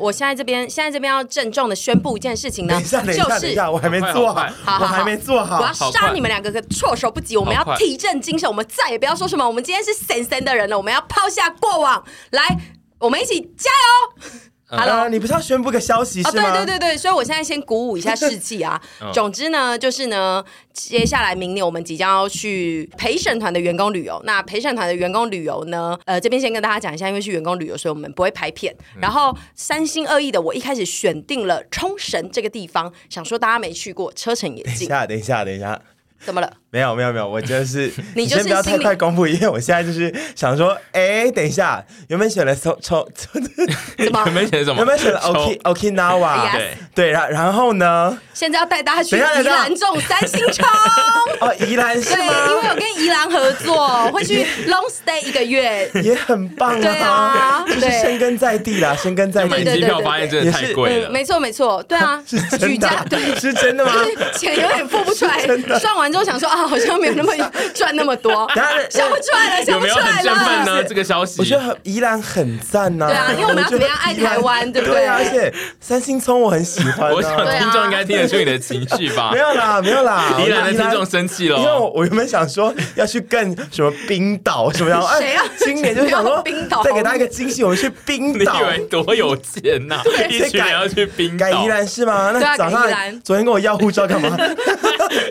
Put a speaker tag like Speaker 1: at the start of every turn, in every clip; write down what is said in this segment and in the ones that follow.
Speaker 1: 我现在这边现在这边要郑重的宣布一件事情呢，
Speaker 2: 等一下，
Speaker 1: 就
Speaker 2: 等一下，等一
Speaker 1: 是
Speaker 2: 下，我还没做好
Speaker 3: 好快，
Speaker 1: 好好
Speaker 2: 我
Speaker 1: 好
Speaker 2: 还没做
Speaker 1: 我要
Speaker 2: 好。
Speaker 3: 好
Speaker 1: 杀
Speaker 3: 快
Speaker 1: 你们两个个措手不及，我们要
Speaker 3: 好快
Speaker 1: 提振精神，我们再也不要说什么我们今天是神神的人了，我们要抛下过往，来，我们一起加油！
Speaker 2: 啊，你不是要宣布个消息
Speaker 1: 哦，
Speaker 2: 是
Speaker 1: 对
Speaker 2: 吗？嗯
Speaker 1: 对对对，所以我现在先鼓舞一下士气 啊。总之呢，就是呢，接下来明年我们即将要去陪审团的员工旅游。那陪审团的员工旅游呢，呃，这边先跟大家讲一下，因为是员工旅游，所以我们不会拍片。
Speaker 2: 嗯
Speaker 1: 然后三心二意的，我一开始选定了冲绳这个地方，想说大家没去过，车程也
Speaker 2: 等一
Speaker 1: 近，
Speaker 2: 下，等一下，等一下，
Speaker 1: 怎么 了？
Speaker 2: 没有没有没有，我就是
Speaker 1: 你就是
Speaker 2: 先不要太
Speaker 1: 心里
Speaker 2: 快公布，因为我现在就是想说，哎，等一下，原本选了抽抽，
Speaker 1: 怎么？
Speaker 3: 没写什么？
Speaker 2: 原本 选了哦
Speaker 3: 抽
Speaker 2: Oki Okinawa，
Speaker 1: Yes
Speaker 3: 对，
Speaker 2: 对，然然后呢，
Speaker 1: 现在要带大家去
Speaker 2: 等一下
Speaker 1: 宜
Speaker 2: 等一下
Speaker 1: 兰种三星冲。
Speaker 2: 哦，宜兰 是
Speaker 1: 对，因为
Speaker 2: 吗？
Speaker 1: 我跟宜兰合 作，会去 long stay 一个月。
Speaker 2: 也很棒
Speaker 1: 对啊
Speaker 2: 就是
Speaker 1: 对
Speaker 2: 深耕在地啦，深耕在
Speaker 3: 就买
Speaker 2: 地。
Speaker 3: 机票发现真的太贵
Speaker 1: 嗯，
Speaker 3: 了，
Speaker 1: 没错没错，对 啊，举
Speaker 2: 真的
Speaker 1: 家
Speaker 2: 啊
Speaker 1: 对。
Speaker 2: 是真的吗？
Speaker 1: 钱有点付不出来，算完之后想说啊，好像没有那么赚那么 多，
Speaker 2: 当然
Speaker 1: 想不出来了，想
Speaker 3: 有
Speaker 1: 不
Speaker 3: 没有
Speaker 1: 出来
Speaker 3: 很振奋
Speaker 1: 了。
Speaker 3: 呢？这个消息
Speaker 2: 我，觉得很宜兰很赞呐、
Speaker 1: 对啊因为我们要
Speaker 2: 觉得
Speaker 1: 怎么样爱台湾
Speaker 2: 宜兰
Speaker 1: 对
Speaker 2: 对
Speaker 1: 不对
Speaker 2: 啊，而且三星葱我很喜欢、啊。
Speaker 3: 我想
Speaker 1: 对啊
Speaker 3: 听众应该听得出你的情绪吧
Speaker 2: 没？有啦，没有啦，
Speaker 3: 宜兰的
Speaker 2: 我觉
Speaker 3: 听众
Speaker 2: 得宜兰
Speaker 3: 生气
Speaker 2: 因为
Speaker 3: 了哦
Speaker 2: 我，我原本想说要去更什么冰岛什么样，
Speaker 1: 谁要
Speaker 2: 哎，今年就想
Speaker 1: 谁要
Speaker 2: 说
Speaker 1: 冰岛
Speaker 2: 再给大家一个惊喜，我们去
Speaker 3: 你
Speaker 2: 冰岛
Speaker 3: 以。为多有钱呐？一群人要去冰
Speaker 2: 改
Speaker 3: 岛
Speaker 2: 宜，兰是吗？
Speaker 1: 对啊
Speaker 2: 那早上
Speaker 1: 改宜兰
Speaker 2: 昨天跟我要护照干嘛？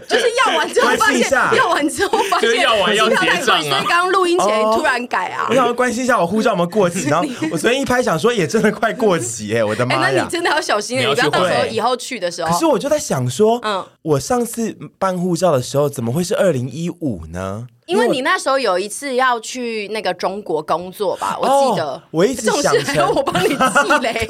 Speaker 1: 就是要完之后发
Speaker 2: 关心一下
Speaker 1: 现，要完之后发
Speaker 3: 就是
Speaker 1: 现
Speaker 3: 要完要
Speaker 1: 机票太
Speaker 3: 结账
Speaker 1: 贵，
Speaker 3: 啊
Speaker 1: 所以刚刚录音前
Speaker 2: 哦
Speaker 1: 突然改啊
Speaker 2: 我。想要关心一下我护照有没有过期，然后我昨天一拍想说也真的快过期耶，我的
Speaker 1: 哎，那
Speaker 2: 妈
Speaker 1: 你
Speaker 2: 呀！
Speaker 1: 真的要小心了，
Speaker 3: 你
Speaker 1: 你
Speaker 3: 要
Speaker 1: 不要
Speaker 3: 去
Speaker 1: 到时候
Speaker 2: 会
Speaker 1: 以后去的时
Speaker 2: 可是
Speaker 1: 候，
Speaker 2: 我就在想说，
Speaker 1: 嗯
Speaker 2: 嗯，我上次办护照的时候怎么会是二零一五呢？
Speaker 1: 因为你那时候有一次要去那个中国工作吧，我记
Speaker 2: 哦
Speaker 1: 得。
Speaker 2: 我一直
Speaker 1: 这种
Speaker 2: 想
Speaker 1: 事还要
Speaker 2: 成
Speaker 1: 我帮你记 嘞。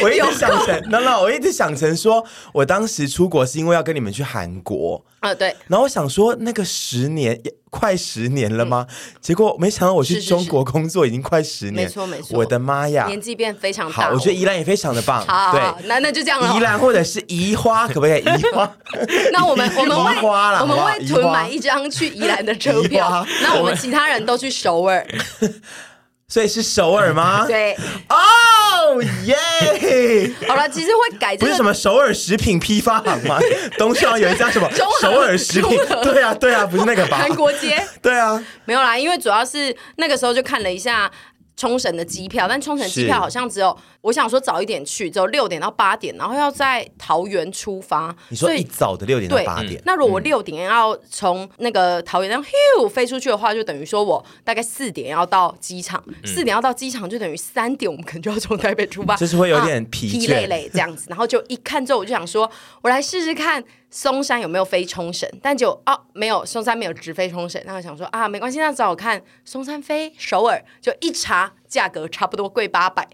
Speaker 2: 我一直想成，no no，我一直想成说，我当时出国是因为要跟你们去韩国，
Speaker 1: 啊，对，
Speaker 2: 然后我想说那个十年也快十年了吗？结果没想到我
Speaker 1: 是
Speaker 2: 去
Speaker 1: 是
Speaker 2: 中国工作已经快十年，
Speaker 1: 嗯没错没错
Speaker 2: 我的妈呀！
Speaker 1: 年纪变非常大。哦
Speaker 2: 好，我觉得宜兰也非常的棒，
Speaker 1: 好，好好
Speaker 2: 对。
Speaker 1: 那那就这样了。
Speaker 2: 宜兰或者是宜花，可不可以？宜 花，
Speaker 1: 那我们我们
Speaker 2: 移花
Speaker 1: 为
Speaker 2: 啦
Speaker 1: 我们为
Speaker 2: 移
Speaker 1: 屯
Speaker 2: 花
Speaker 1: 买一张去宜兰的车票
Speaker 2: 移花，
Speaker 1: 那我们其他人都去首 尔。
Speaker 2: 所以是首尔吗？
Speaker 1: 对，
Speaker 2: 哦耶！
Speaker 1: 好了，其实会改这
Speaker 2: 不是
Speaker 1: 个
Speaker 2: 什么首尔食品批发行 吗？东校有一家什么
Speaker 1: 中和
Speaker 2: 首尔食品
Speaker 1: 中和？
Speaker 2: 对啊，对啊，不是那个吧？
Speaker 1: 韩国街
Speaker 2: 对啊，
Speaker 1: 没有啦，因为主要是那个时候就看了一下。冲绳的机票，但冲绳机票
Speaker 2: 是
Speaker 1: 好像只有我想说早一点去，只有六点到八点，然后要在桃园出发，
Speaker 2: 你说
Speaker 1: 所以
Speaker 2: 一早的六点到
Speaker 1: 对嗯
Speaker 2: 八点，嗯
Speaker 1: 那如果我六点要从那个桃园那样 h 飞出去的话，就等于说我大概四点要到机场，
Speaker 2: 嗯
Speaker 1: 四、点要到机场就等于三点，我们可能就要从台北出发，
Speaker 2: 就是会有
Speaker 1: 啊
Speaker 2: 点疲倦
Speaker 1: 疲累累这样子。然后就一看之后，我就想说，我来试试看松山有没有飞冲绳，但就哦没有，松山没有直飞冲绳。那我想说啊，没关系，那找我看松山飞首尔，就一查价格差不多贵八百，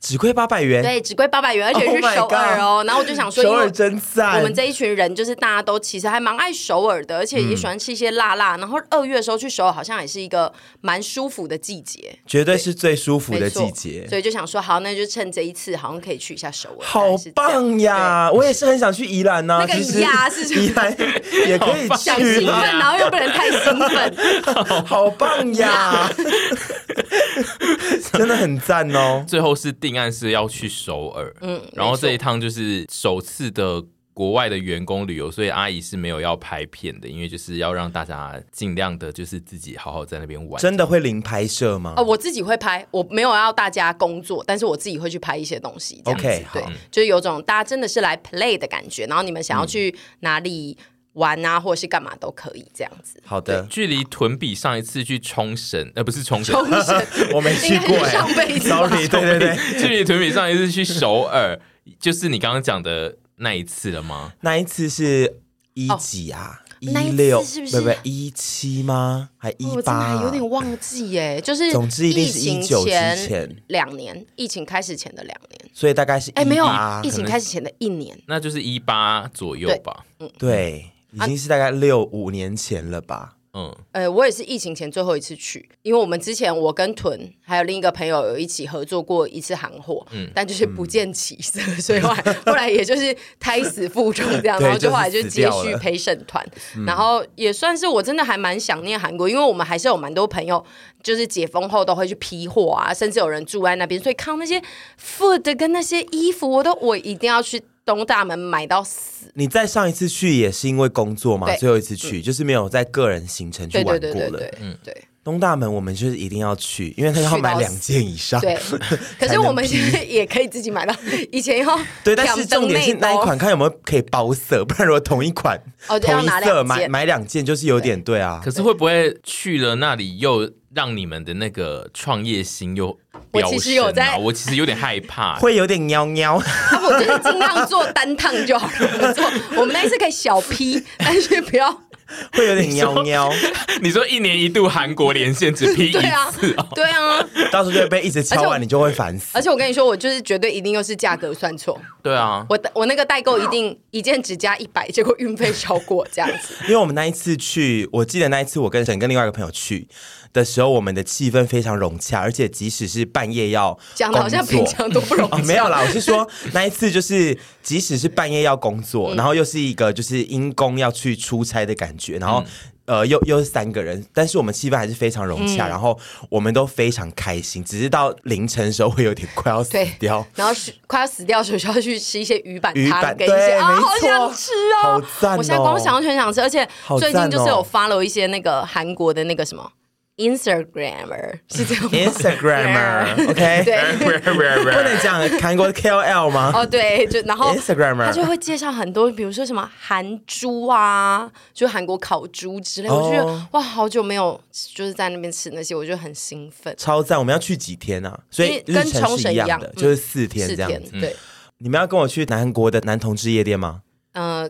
Speaker 2: 只亏八百元，
Speaker 1: 对，只贵八百元，而且
Speaker 2: Oh
Speaker 1: 是
Speaker 2: my
Speaker 1: 首尔哦。然后我就想说，因
Speaker 2: 首
Speaker 1: 为
Speaker 2: 尔真赞。
Speaker 1: 我们这一群人就是大家都其实还蛮爱首尔的，而且也喜欢吃一些辣
Speaker 2: 嗯
Speaker 1: 辣。然后二月的时候去首尔，好像也是一个蛮舒服的季节，
Speaker 2: 绝对是最舒服
Speaker 1: 没
Speaker 2: 的
Speaker 1: 错
Speaker 2: 季节。
Speaker 1: 所以就想说，好，那就趁这一次，好像可以去一下首尔，大
Speaker 2: 好
Speaker 1: 概是这样
Speaker 2: 棒！呀！我也是很想去宜兰呐、
Speaker 1: 那个
Speaker 2: 其实
Speaker 1: 呀是什么
Speaker 2: 宜兰也可以
Speaker 3: 好棒
Speaker 1: 想兴
Speaker 2: 去
Speaker 1: 奋，
Speaker 2: 啊，
Speaker 1: 然后又不能太兴奋，
Speaker 2: 好棒呀！ 真的很赞哦。
Speaker 3: 最后是定案是要去首尔，嗯，然后这一趟就是首次的国外的员工旅游，所以阿姨是没有要拍片的，因为就是要让大家尽量的，就是自己好好在那边玩。
Speaker 2: 真的会零拍摄吗
Speaker 1: 哦，？我自己会拍，我没有要大家工作，但是我自己会去拍一些东西。这样子
Speaker 2: OK，
Speaker 1: 对
Speaker 2: 好，
Speaker 1: 就是有种大家真的是来 play 的感觉，然后你们想要去哪里玩啊，或者是干嘛都可以这样 子。
Speaker 2: 好的，
Speaker 3: 距离屯比上一次去冲绳，呃，不是冲绳，
Speaker 1: 冲绳
Speaker 2: 我没去
Speaker 1: 应
Speaker 2: 过
Speaker 1: 该是
Speaker 2: 哎、
Speaker 1: 上辈子吧
Speaker 2: Sorry，对对对，
Speaker 3: 距离屯比上一次去首尔，就是你刚刚讲的那一次了吗？
Speaker 2: 那一次是一几啊？一
Speaker 1: 哦那一次
Speaker 2: 六
Speaker 1: 是不是
Speaker 2: 不不一七吗？还一
Speaker 1: 哦我真
Speaker 2: 八、
Speaker 1: 的还有点忘记耶，就是
Speaker 2: 总之一定是
Speaker 1: 疫情
Speaker 2: 19之
Speaker 1: 前
Speaker 2: 前
Speaker 1: 两年，疫情开始前的两年，
Speaker 2: 所以大概是
Speaker 1: 哎，没有
Speaker 2: 18
Speaker 1: 疫情
Speaker 2: 可能
Speaker 1: 开始前的一年，
Speaker 3: 那就是一八左右吧。
Speaker 1: 啊
Speaker 2: 对，已经是大概六五年前了吧？
Speaker 3: 嗯，
Speaker 1: 呃，我也是疫情前最后一次去，因为我们之前我跟屯还有另一个朋友有一起合作过一次韩货，
Speaker 2: 嗯
Speaker 1: 但就是不见起色，所以后 来后来也就是胎死腹中这样，
Speaker 2: 对
Speaker 1: 然后就后来就
Speaker 2: 就是死
Speaker 1: 接
Speaker 2: 掉
Speaker 1: 续
Speaker 2: 了嗯
Speaker 1: 陪审 团，然后也算是我真的还蛮想念韩国，因为我们还是有蛮多朋友就是解封后都会去批货啊，甚至有人住在那边，所以看到那些 food 跟那些衣服，我都我一定要去东大门买到死。
Speaker 2: 你再上一次去也是因为工作嘛
Speaker 1: 对？嗯
Speaker 2: 最后一次去、就是没有在个人行程去
Speaker 1: 对
Speaker 2: 玩过
Speaker 1: 对
Speaker 2: 了。
Speaker 1: 对对对，嗯，对。
Speaker 2: 东大门我们就是一定要去，因为他要
Speaker 1: 去到
Speaker 2: 买
Speaker 1: 死
Speaker 2: 两件以上。，
Speaker 1: 对 可是我们
Speaker 2: 才能
Speaker 1: 现在也可以自己买到，以前要
Speaker 2: 对，但是
Speaker 1: 两灯
Speaker 2: 重点是
Speaker 1: 内
Speaker 2: 那一
Speaker 1: 兜
Speaker 2: 款看有没有可以包色，不然如果同一款、
Speaker 1: 哦就要
Speaker 2: 同一
Speaker 1: 拿两
Speaker 2: 色
Speaker 1: 件
Speaker 2: 买买两件就是有点对啊。
Speaker 3: 可是会不会去了那里又让你们的那个创业心又飙
Speaker 1: 我其实
Speaker 3: 升
Speaker 1: 有
Speaker 3: 啊？
Speaker 1: 在
Speaker 3: 我其实有点害怕，
Speaker 2: 会有点喵喵，
Speaker 1: 啊，我就是尽量做单趟就好了。我们做，我们那一次可以小批，但是不 要
Speaker 2: 会有点喵喵，
Speaker 3: 你说一年一度韩国连线只批一
Speaker 1: 对啊
Speaker 3: 次哦，
Speaker 1: 对啊。
Speaker 2: 到时候就会被一直敲
Speaker 1: 而且我
Speaker 2: 完，你就会烦死。
Speaker 1: 而且我跟你说，我就是绝对一定又是价格算错，
Speaker 3: 对啊，
Speaker 1: 我的我那个代购一定一件只加一百，结果运费超过这样子。
Speaker 2: 因为我们那一次去，我记得那一次我跟沈跟另外一个朋友去的时候，我们的气氛非常融洽，而且即使是半夜要
Speaker 1: 讲的好像
Speaker 2: 工作
Speaker 1: 平常都不容
Speaker 2: 哦，
Speaker 1: 易，
Speaker 2: 没有啦，我是说那一次就是，即使是半夜要工
Speaker 1: 嗯
Speaker 2: 作，然后又是一个就是因公要去出差的感觉，然
Speaker 1: 嗯
Speaker 2: 后、呃又又是三个人，但是我们气氛还是非常融
Speaker 1: 嗯
Speaker 2: 洽，然后我们都非常开心，只是到凌晨的时候会有点快要死
Speaker 1: 对
Speaker 2: 掉。
Speaker 1: 然后是快要死掉的时候，就要去吃一些鱼板
Speaker 2: 鱼
Speaker 1: 汤
Speaker 2: 板
Speaker 1: 跟一些
Speaker 2: 对
Speaker 1: 啊，
Speaker 2: 没
Speaker 1: 好
Speaker 2: 错
Speaker 1: 想吃哦，
Speaker 2: 好赞哦
Speaker 1: 我现在光想就很想吃，而且
Speaker 2: 好
Speaker 1: 最近就是
Speaker 2: 赞哦
Speaker 1: 有 follow 一些那个韩国的那个什么 Instagramer 是这样吗
Speaker 2: Instagramer，OK，、
Speaker 1: 对。
Speaker 2: 不能讲韩国的 KOL 吗？
Speaker 1: 哦，对，就然后
Speaker 2: Instagramer
Speaker 1: 他就会介绍很多，比如说什么韩猪啊，就韩国烤猪之类，
Speaker 2: 哦
Speaker 1: 我就觉得哇，好久没有就是在那边吃那些，我就很兴奋。
Speaker 2: 超赞！我们要去几天啊？所以
Speaker 1: 因为
Speaker 2: 日
Speaker 1: 跟
Speaker 2: 程
Speaker 1: 冲绳
Speaker 2: 是一样的，
Speaker 1: 一样嗯
Speaker 2: 就是四天
Speaker 1: 四
Speaker 2: 这样
Speaker 1: 天
Speaker 2: 子。，
Speaker 1: 对，
Speaker 2: 你们要跟我去南韩国的男同志夜店吗？
Speaker 1: 呃，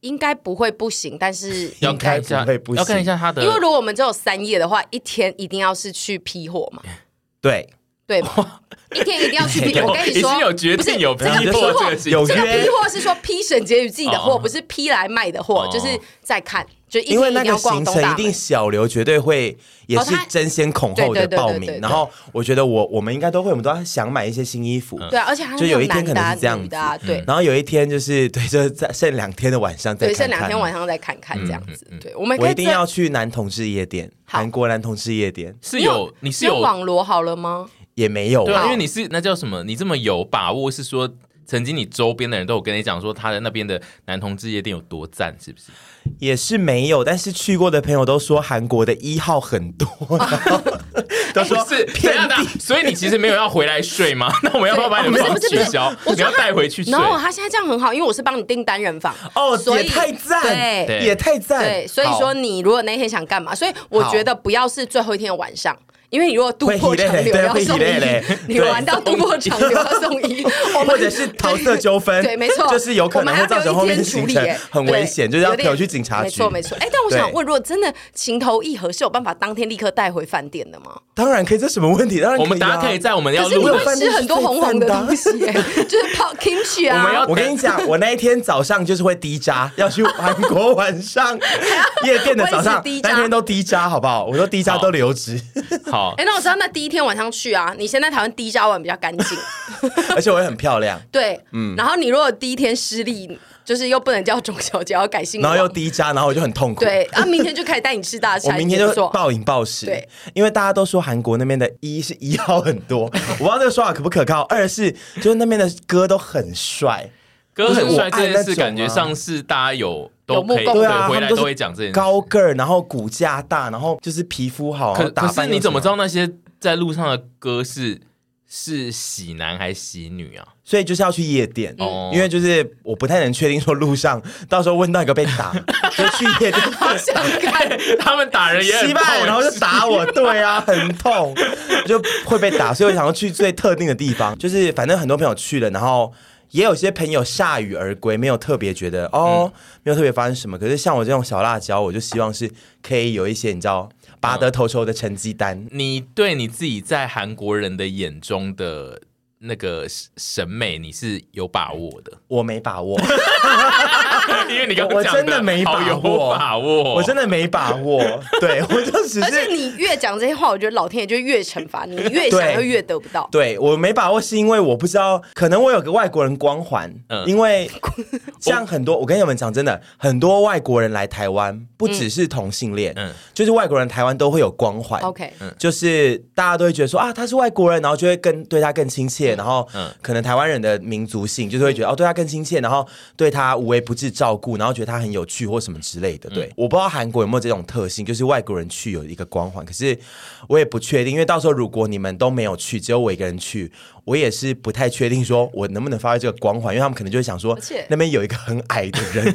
Speaker 1: 应该不会不行，但是
Speaker 3: 要看一
Speaker 2: 应该
Speaker 3: 下
Speaker 2: 不会不，行
Speaker 3: 要看一下他的
Speaker 1: 因为如果我们只有三夜的话，一天一定要是去批货嘛，
Speaker 2: 对，
Speaker 1: 对 吗？一天一定要去批。
Speaker 3: 有
Speaker 1: 我跟你说，
Speaker 3: 已经有决定
Speaker 1: 不是
Speaker 3: 有批货
Speaker 1: 这个批
Speaker 3: 这
Speaker 1: 货
Speaker 3: 个事情
Speaker 2: 有
Speaker 1: 这个
Speaker 2: 约
Speaker 1: 批货是说批沈婕妤自己的
Speaker 3: 哦
Speaker 1: 货，
Speaker 3: 哦
Speaker 1: 不是批来卖的货
Speaker 3: 哦，
Speaker 1: 就是在看，就一天
Speaker 2: 因为
Speaker 1: 一
Speaker 2: 那
Speaker 1: 定
Speaker 2: 个
Speaker 1: 要逛
Speaker 2: 行
Speaker 1: 东
Speaker 2: 程
Speaker 1: 大
Speaker 2: 一
Speaker 1: 门
Speaker 2: 定。小刘绝对会也
Speaker 1: 哦
Speaker 2: 是
Speaker 1: 他
Speaker 2: 争先恐后
Speaker 1: 对
Speaker 2: 的
Speaker 1: 对对
Speaker 2: 报
Speaker 1: 对对
Speaker 2: 名，
Speaker 1: 对
Speaker 2: 然后我觉得我我们应该都会，我们都要想买一些新衣服，
Speaker 1: 对啊，而且还
Speaker 2: 就有一
Speaker 1: 男
Speaker 2: 天
Speaker 1: 的
Speaker 2: 可能
Speaker 1: 啊
Speaker 2: 是这样
Speaker 1: 女
Speaker 2: 子嗯
Speaker 1: 的啊，对。
Speaker 2: 然后有一天就是对，就是在剩两天的晚上再
Speaker 1: 对，
Speaker 2: 看看
Speaker 1: 剩两天晚上再看看
Speaker 3: 嗯
Speaker 1: 这样子。对，我们可
Speaker 2: 我
Speaker 1: 以
Speaker 2: 一定
Speaker 1: 再
Speaker 2: 要去男同志夜店，
Speaker 1: 好
Speaker 2: 韩国男同志夜店
Speaker 3: 是有你是
Speaker 1: 你有
Speaker 3: 有
Speaker 1: 网罗好了吗？
Speaker 2: 也没有
Speaker 3: 对啊，
Speaker 1: 好
Speaker 3: 因为你是那叫什么？你这么有把握，是说曾经你周边的人都有跟你讲说他的那边的男同志夜店有多赞，是不是？
Speaker 2: 也是没有，但是去过的朋友都说韩国的一号很 多，然后都说
Speaker 3: 哎 不是
Speaker 2: 遍
Speaker 3: 等一下等
Speaker 2: 地
Speaker 3: 一下所以你其实没有要回来睡吗？那我们要不要把你
Speaker 1: 不
Speaker 3: 的
Speaker 1: 是
Speaker 3: 房
Speaker 1: 不是
Speaker 3: 取
Speaker 1: 不是
Speaker 3: 消？
Speaker 1: 我
Speaker 3: 你要
Speaker 1: 说他
Speaker 3: 带回去睡？
Speaker 1: 然后他现在这样很好，因为我是帮你订单人房
Speaker 2: 哦，
Speaker 1: 所以
Speaker 2: 也太赞，
Speaker 1: 对
Speaker 3: 对
Speaker 2: 也太赞，
Speaker 1: 对，所以
Speaker 2: 好
Speaker 1: 说你如果那天想干嘛，所以我觉得不要是最后一天的晚上。因为你如果渡破长
Speaker 2: 会
Speaker 1: 流
Speaker 2: 疲累
Speaker 1: 要送
Speaker 2: 对会疲累
Speaker 1: 医
Speaker 2: 嘞，
Speaker 1: 你玩到渡破长流要送 医，我们
Speaker 2: 或者是桃色纠纷，
Speaker 1: 对，没错，
Speaker 2: 就是有可能会造成后面的
Speaker 1: 我
Speaker 2: 行
Speaker 1: 们还要留一天
Speaker 2: 程
Speaker 1: 处理耶
Speaker 2: 很危险，
Speaker 1: 对
Speaker 2: 就是要
Speaker 1: 有点
Speaker 2: 陪我去警察局。
Speaker 1: 没错没错。哎，但我想
Speaker 2: 对
Speaker 1: 问，如果真的情投意合，是有办法当天立刻带回饭店的吗？
Speaker 2: 当然可以，这什么问题？当然
Speaker 3: 我们
Speaker 2: 啊
Speaker 3: 大家可以。在我们要
Speaker 1: 可是你
Speaker 3: 录
Speaker 1: 会
Speaker 3: 的，
Speaker 2: 饭
Speaker 1: 吃
Speaker 2: 店
Speaker 1: 很多
Speaker 2: 是最
Speaker 1: 红红的
Speaker 2: 赞的啊
Speaker 1: 东西耶，就是泡 kimchi 啊，
Speaker 3: 我们要
Speaker 2: 我跟你讲，我那一天早上就是会低渣，要去韩国晚上夜店的早上
Speaker 1: 我也是低，渣
Speaker 2: 那天都低渣，好不好？我说低渣
Speaker 3: 好
Speaker 2: 都留职，
Speaker 3: 好
Speaker 1: 哎、，那我知道，那第一天晚上去啊，你先在台湾低渣玩比较干净，
Speaker 2: 而且我也很漂亮，
Speaker 1: 对，
Speaker 2: 嗯
Speaker 1: 然后你如果第一天失利，就是又不能叫钟小姐，要改姓
Speaker 2: 然
Speaker 1: 王，
Speaker 2: 后又低渣，然后我就很痛苦。
Speaker 1: 对，然后明天就开始带你吃大
Speaker 2: 我
Speaker 1: 餐，
Speaker 2: 明天
Speaker 1: 也
Speaker 2: 就
Speaker 1: 不错
Speaker 2: 暴饮暴食，
Speaker 1: 对，
Speaker 2: 因为大家都说韩国那边的一是一号很多，我不知道这个说法可不可靠。二是就是那边的歌都很帅，
Speaker 3: 哥很帅
Speaker 2: 不
Speaker 3: 这
Speaker 2: 是我爱
Speaker 3: 件事，
Speaker 2: 那种啊
Speaker 3: 感觉上是大家有
Speaker 1: 有
Speaker 3: 都
Speaker 1: 目
Speaker 3: 可以
Speaker 1: 共
Speaker 2: 对啊，
Speaker 3: 回
Speaker 2: 他
Speaker 3: 来
Speaker 2: 们
Speaker 3: 都
Speaker 2: 是
Speaker 3: 会讲这件事。
Speaker 2: 高个儿，然后骨架大，然后就是皮肤好，然
Speaker 3: 可
Speaker 2: 后打
Speaker 3: 可
Speaker 2: 扮
Speaker 3: 是你怎么知
Speaker 2: 道？
Speaker 3: 道那些在路上的歌是是喜男还是喜女啊？
Speaker 2: 所以就是要去夜店，
Speaker 3: 嗯
Speaker 2: 因为就是我不太能确定说路上到时候问到一个被 打，就去夜店。
Speaker 1: 想 看
Speaker 3: 他们打人也很
Speaker 2: 失
Speaker 3: 痛
Speaker 2: 败，然后就打 我，对啊，很痛，就会被打，所以我想要去最特定的地方，就是反正很多朋友去了，然后也有些朋友铩羽而归，没有特别觉得哦，
Speaker 3: 嗯
Speaker 2: 没有特别发生什么。可是像我这种小辣椒，我就希望是可以有一些你知道拔
Speaker 3: 嗯
Speaker 2: 得头筹的成绩单。
Speaker 3: 你对你自己在韩国人的眼中的 那个审美，你是有把握的。
Speaker 2: 我没把握，
Speaker 3: 因为你刚刚
Speaker 2: 我
Speaker 3: 讲
Speaker 2: 真的没把
Speaker 3: 好有
Speaker 2: 握
Speaker 3: 把 握，
Speaker 2: 我真的没把握，对我就只
Speaker 1: 而且
Speaker 2: 是。
Speaker 1: 你越讲这些话，我觉得老天爷就越惩罚你，你越想
Speaker 2: 对
Speaker 1: 就越得不到。
Speaker 2: 对我没把握，是因为我不知道，可能我有个外国人光环，
Speaker 3: 嗯
Speaker 2: 因为像很多，我跟你们讲真的，很多外国人来台湾，不只是同性恋，
Speaker 3: 嗯
Speaker 2: 就是外国人台湾都会有光环
Speaker 1: OK，
Speaker 2: 就是大家都会觉得说啊，他是外国人，然后就会更对他更亲切，然后
Speaker 3: 嗯
Speaker 2: 可能台湾人的民族性就是会觉得哦，对他更亲切，然后对他无微不至照顾，然后觉得他很有趣或什么之类的。
Speaker 3: 嗯
Speaker 2: 对，我不知道韩国有没有这种特性，就是外国人去有一个光环，可是我也不确定，因为到时候如果你们都没有去，只有我一个人去。我也是不太确定，说我能不能发挥这个光环，因为他们可能就会想说
Speaker 1: 而且，
Speaker 2: 那边有一个很矮的 人，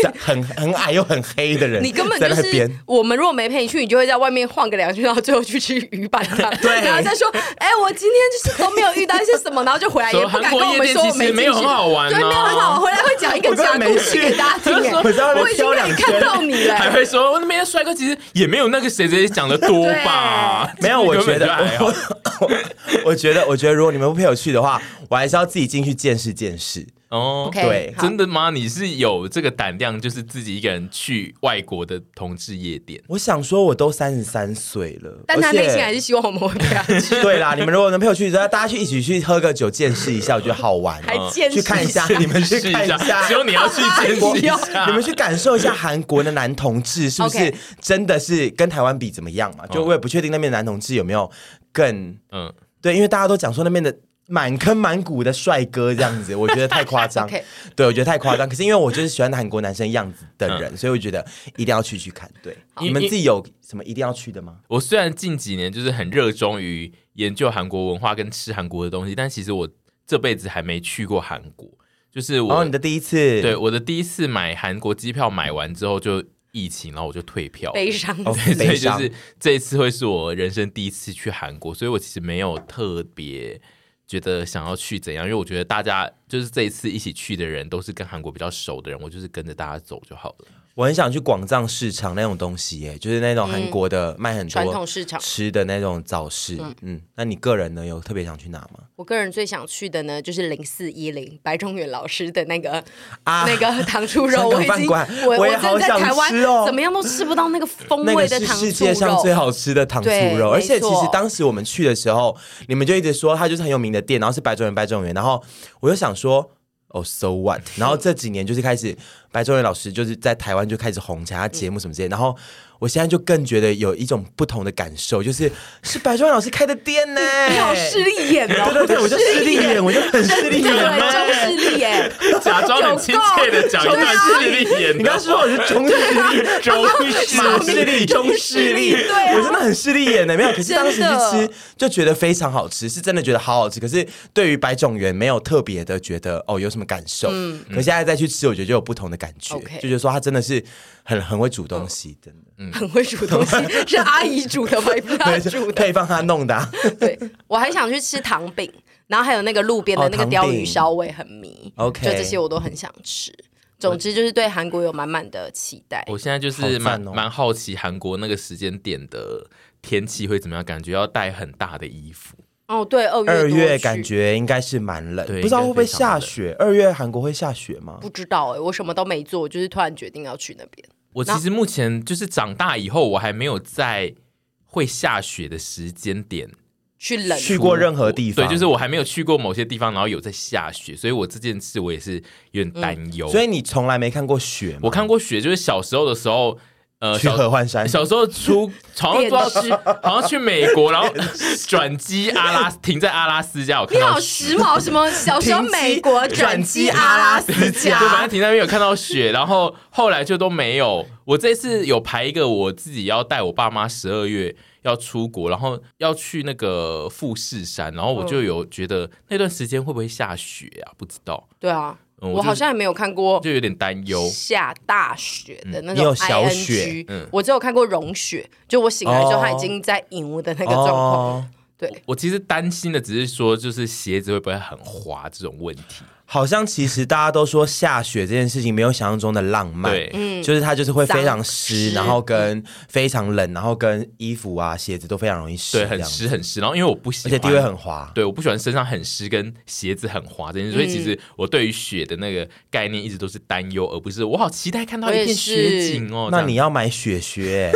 Speaker 2: 在很很矮又很黑的人，
Speaker 1: 你根本
Speaker 2: 在
Speaker 1: 就
Speaker 2: 那边
Speaker 1: 是，我们如果没陪你去，你就会在外面晃个两圈，然后最后去吃鱼板汤，
Speaker 2: 对
Speaker 1: 然后再说，哎、我今天就是都没有遇到一些什么，然后就回来也不
Speaker 3: 说韩
Speaker 1: 敢跟
Speaker 3: 国
Speaker 1: 我
Speaker 3: 夜
Speaker 1: 们
Speaker 3: 店
Speaker 1: 说我
Speaker 3: 其
Speaker 1: 没
Speaker 3: 实
Speaker 1: 进
Speaker 3: 没有
Speaker 1: 去
Speaker 3: 很好玩、啊，
Speaker 1: 对，没有很好，回来会讲一个
Speaker 2: 我根
Speaker 1: 假
Speaker 2: 本
Speaker 1: 故
Speaker 2: 没
Speaker 1: 事
Speaker 2: 去
Speaker 1: 给大家听、哎
Speaker 2: 我在外面
Speaker 1: 我已经
Speaker 2: 飘
Speaker 1: 被
Speaker 2: 两
Speaker 1: 你
Speaker 2: 圈
Speaker 1: 看到你了、
Speaker 3: 还会说哦那边帅哥其实也没有那个谁谁讲的多 吧？
Speaker 2: 没有，我觉得
Speaker 3: 根本就还好，
Speaker 2: 我 我觉得，我觉得如果你们不陪我去的话，我还是要自己进去见识见识。
Speaker 3: 哦
Speaker 1: OK，
Speaker 2: 对
Speaker 1: 好
Speaker 3: 真的吗？你是有这个胆量，就是自己一个人去外国的同志夜店？
Speaker 2: 我想说，我都三十三岁了，
Speaker 1: 但他
Speaker 2: 而且
Speaker 1: 内心还是希望我们会陪 他去，
Speaker 2: 对啦。你们如果能陪我去，大家去一起去喝个酒，见识一下，我觉得好玩。
Speaker 1: 还见识
Speaker 2: 嗯去看一下， 你们去
Speaker 3: 试一
Speaker 2: 看一
Speaker 3: 下，
Speaker 2: 下
Speaker 3: 只。有你要去见识一下。
Speaker 2: 你们去感受一下韩国的男同志是不是
Speaker 1: OK
Speaker 2: 真的是跟台湾比怎么样嘛？就我也不确定那边的男同志有没有更
Speaker 3: 嗯，
Speaker 2: 对，因为大家都讲说那边的满坑满谷的帅哥这样子，我觉得太夸张
Speaker 1: OK。
Speaker 2: 对，我觉得太夸张。可是因为我就是喜欢韩国男生样子的
Speaker 3: 嗯
Speaker 2: 人，所以我觉得一定要去去看。对，你们
Speaker 3: 因
Speaker 2: 自己有什么一定要去的吗？
Speaker 3: 我虽然近几年就是很热衷于研究韩国文化跟吃韩国的东西，但其实我这辈子还没去过韩国。就是我、
Speaker 2: 然哦后你的第一次，
Speaker 3: 对，我的第一次买韩国机票买完之后就疫情，然后我就退票 了。
Speaker 1: 悲伤。
Speaker 2: 哦
Speaker 3: 所
Speaker 2: 悲
Speaker 3: 以就
Speaker 2: 伤
Speaker 3: 是这一次会是我人生第一次去韩国，所以我其实没有特别觉得想要去怎样，因为我觉得大家就是这一次一起去的人都是跟韩国比较熟的人，我就是跟着大家走就好 了。
Speaker 2: 我很想去广藏市场那种东西耶，就是那种韩国的卖很
Speaker 1: 嗯传统
Speaker 2: 多
Speaker 1: 市场，
Speaker 2: 吃的那种早市。嗯，那你个人呢，有特别想去哪吗？
Speaker 1: 我个人最想去的呢，就是零四一零白中原老师的那个
Speaker 2: 啊
Speaker 1: 那个糖醋肉，
Speaker 2: 香港
Speaker 1: 我已经
Speaker 2: 饭馆
Speaker 1: 我
Speaker 2: 我也
Speaker 1: 真的在
Speaker 2: 好想
Speaker 1: 台湾
Speaker 2: 吃哦
Speaker 1: 怎么样都吃不到那个风
Speaker 2: 那
Speaker 1: 味
Speaker 2: 个
Speaker 1: 的
Speaker 2: 是
Speaker 1: 糖醋肉。
Speaker 2: 世界上最好吃的糖醋
Speaker 1: 对
Speaker 2: 肉，而且其
Speaker 1: 没
Speaker 2: 实
Speaker 1: 错
Speaker 2: 当时我们去的时候，你们就一直说它就是很有名的店，然后是白种人白种人，然后我就想说。哦、s o what？然后这几年就是开始，白中原老师就是在台湾就开始红起来，他节目什么之类的。然后我现在就更觉得有一种不同的感受，就是是白中原老师开的 店呢、
Speaker 1: 你好势利眼哦！
Speaker 2: 对对对，我就势利眼，我就很势 利
Speaker 1: 对，啊
Speaker 2: 眼
Speaker 1: 对
Speaker 2: 嘛。
Speaker 1: 中势利眼，
Speaker 3: 假装很亲切的讲一段势利眼，
Speaker 2: 你刚刚说我是 中势
Speaker 1: 啊
Speaker 2: 利，
Speaker 3: 中
Speaker 2: 马
Speaker 3: 式
Speaker 2: 势力、中势力，
Speaker 1: 对啊
Speaker 2: 我真的很势利眼的，没有。可是当时去
Speaker 1: 真的
Speaker 2: 吃就觉得非常好吃，是真的觉得好好吃。可是对于白种园没有特别的觉得哦有什么感受，可现在再去吃，我觉得就有不同的感觉，
Speaker 1: 嗯 OK 哦
Speaker 2: 就觉得说他真的是很很会煮东西，真的。
Speaker 1: 很会煮东西，是阿姨煮的吗？也不是他
Speaker 2: 对，
Speaker 1: 煮
Speaker 2: 就
Speaker 1: 的。
Speaker 2: 配方他弄的啊、
Speaker 1: 对，我还想去吃糖饼，然后还有那个路边的
Speaker 2: 哦
Speaker 1: 那个
Speaker 2: 糖
Speaker 1: 鲷鱼
Speaker 2: 饼
Speaker 1: 烧，我也很迷。
Speaker 2: OK
Speaker 1: 就这些我都很想吃。总之就是对韩国有满满的期待。
Speaker 3: 我现在就是
Speaker 2: 好
Speaker 3: 蛮
Speaker 2: 赞哦
Speaker 3: 蛮好奇韩国那个时间点的天气会怎么样，感觉要带很大的衣服。
Speaker 1: 哦，对，二月
Speaker 2: 二
Speaker 1: 多
Speaker 2: 月
Speaker 1: 去
Speaker 2: 感觉应该是蛮冷，
Speaker 3: 对
Speaker 2: 不知道会不会下
Speaker 3: 应该非
Speaker 2: 雪。二月韩国会下雪吗？
Speaker 1: 不知道哎、我什么都没做，我就是突然决定要去那边。
Speaker 3: 我其实目前就是长大以后，我还没有在会下雪的时间点
Speaker 1: 去冷
Speaker 2: 去过任何地方，
Speaker 3: 对，就是我还没有去过某些地方，然后有在下雪，所以我这件事我也是有点担忧。
Speaker 2: 嗯所以你从来没看过雪吗？
Speaker 3: 我看过雪，就是小时候的时候，呃，
Speaker 2: 去
Speaker 3: 小
Speaker 2: 合欢山，
Speaker 3: 小时 候出好像不知道
Speaker 1: 电
Speaker 3: 去，好像去美国，然后 转机阿拉停在阿拉斯加，我看
Speaker 1: 你
Speaker 3: 到
Speaker 1: 好
Speaker 3: 雪
Speaker 1: 时髦，什么小时候
Speaker 2: 停机啊
Speaker 1: 美国转机阿拉斯
Speaker 3: 对，反正
Speaker 1: 加，
Speaker 3: 停在那边有看到雪，然后后来就都没有。我这次有排一个我自己要带我爸妈十二月要出国，然后要去那个富士山，然后我就
Speaker 2: 嗯
Speaker 3: 有觉得那段时间会不会下雪啊？不知道，
Speaker 1: 对啊，
Speaker 3: 嗯
Speaker 1: 我好像也没有看过
Speaker 3: 就有点担忧。
Speaker 1: 下大雪的那
Speaker 2: 嗯你
Speaker 1: 种
Speaker 2: 有
Speaker 1: ING，
Speaker 2: 小雪
Speaker 3: 嗯
Speaker 1: 我只有看过融雪，就我醒来之后
Speaker 2: 哦
Speaker 1: 它已经在影屋的那个状况。
Speaker 2: 哦
Speaker 1: 对，
Speaker 3: 我其实担心的只是说，就是鞋子会不会很滑这种问题。
Speaker 2: 好像其实大家都说下雪这件事情没有想象中的浪漫，
Speaker 3: 对，
Speaker 2: 就是它就是会非常湿，
Speaker 1: 脏
Speaker 2: 然后跟非常冷，然后跟衣服啊、鞋子都非常容易湿，
Speaker 3: 对，很
Speaker 2: 这样，
Speaker 3: 湿很湿。然后因为我不
Speaker 2: 而
Speaker 3: 喜欢，
Speaker 2: 且地位很滑。
Speaker 3: 对，我不喜欢身上很湿跟鞋子很滑这件事，所以
Speaker 1: 嗯
Speaker 3: 其实我对于雪的那个概念一直都是担忧，而不是我好期待看到一
Speaker 1: 我也
Speaker 3: 片雪
Speaker 1: 是
Speaker 3: 景哦。
Speaker 2: 那
Speaker 3: 这样
Speaker 2: 你要买雪 靴、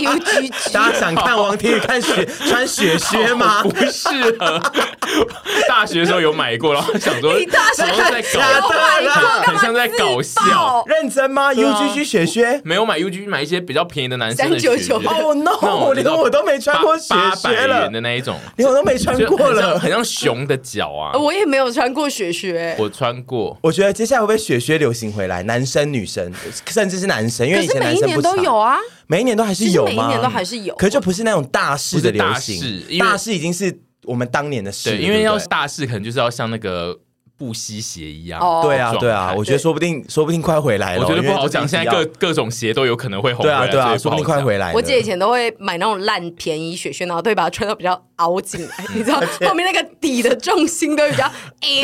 Speaker 1: U G
Speaker 2: 大家想看王天宇看雪穿雪靴 吗？
Speaker 3: 哦不适合。大学的时候有买过，然后想说，
Speaker 1: 你大学
Speaker 3: 想说在搞，
Speaker 2: 假的啦
Speaker 3: 很很像在搞笑。
Speaker 2: 认真吗
Speaker 3: 对啊
Speaker 2: ？UGG 雪靴
Speaker 3: 没有买 U G，买一些比较便宜的男生的
Speaker 1: 399
Speaker 3: 靴子
Speaker 2: ？Oh
Speaker 3: 那
Speaker 1: 哦
Speaker 2: no！
Speaker 3: 我
Speaker 2: 我连我都没穿过雪
Speaker 3: 八
Speaker 2: 靴
Speaker 3: 八百
Speaker 2: 了
Speaker 3: 元，的那一种，
Speaker 2: 连我都没 穿
Speaker 3: 就
Speaker 2: 过
Speaker 3: 很像
Speaker 2: 了。
Speaker 3: 很像熊的脚啊。
Speaker 1: 呃我也没有穿过雪靴，
Speaker 3: 我穿过，
Speaker 2: 我觉得接下来会不会雪靴流行回来？男生、女生，甚至是男生，因
Speaker 1: 可
Speaker 2: 为以
Speaker 1: 是
Speaker 2: 前
Speaker 1: 每
Speaker 2: 男
Speaker 1: 一
Speaker 2: 生
Speaker 1: 年
Speaker 2: 不
Speaker 1: 都
Speaker 2: 常
Speaker 1: 有啊。
Speaker 2: 每一年都还是有吗？
Speaker 1: 其实每一年都还是有
Speaker 2: 可是就不是那种大事的流
Speaker 3: 不是大事
Speaker 2: 行，
Speaker 3: 因为
Speaker 2: 大事已经是我们当年的事了，
Speaker 3: 对，因为要
Speaker 2: 对不对
Speaker 3: 大事，可能就是要像那个布西鞋一样。
Speaker 1: 哦
Speaker 2: 对啊，
Speaker 3: 状态
Speaker 2: 对啊，我觉得说不定，说不定快回来了，
Speaker 3: 我觉得
Speaker 2: 哎因为
Speaker 3: 不好
Speaker 2: 这
Speaker 3: 讲，
Speaker 2: 一定
Speaker 3: 现在
Speaker 2: 要
Speaker 3: 各各种鞋都有可能会红回
Speaker 2: 对
Speaker 3: 来，
Speaker 2: 啊，对啊，说
Speaker 3: 所以
Speaker 2: 不
Speaker 3: 不
Speaker 2: 定快
Speaker 3: 好
Speaker 2: 回来了。
Speaker 1: 我姐以前都会买那种烂便宜雪靴，然后都会把它穿到比较凹进来，你知
Speaker 2: 嗯
Speaker 1: 道后面那个底的重心都会比 较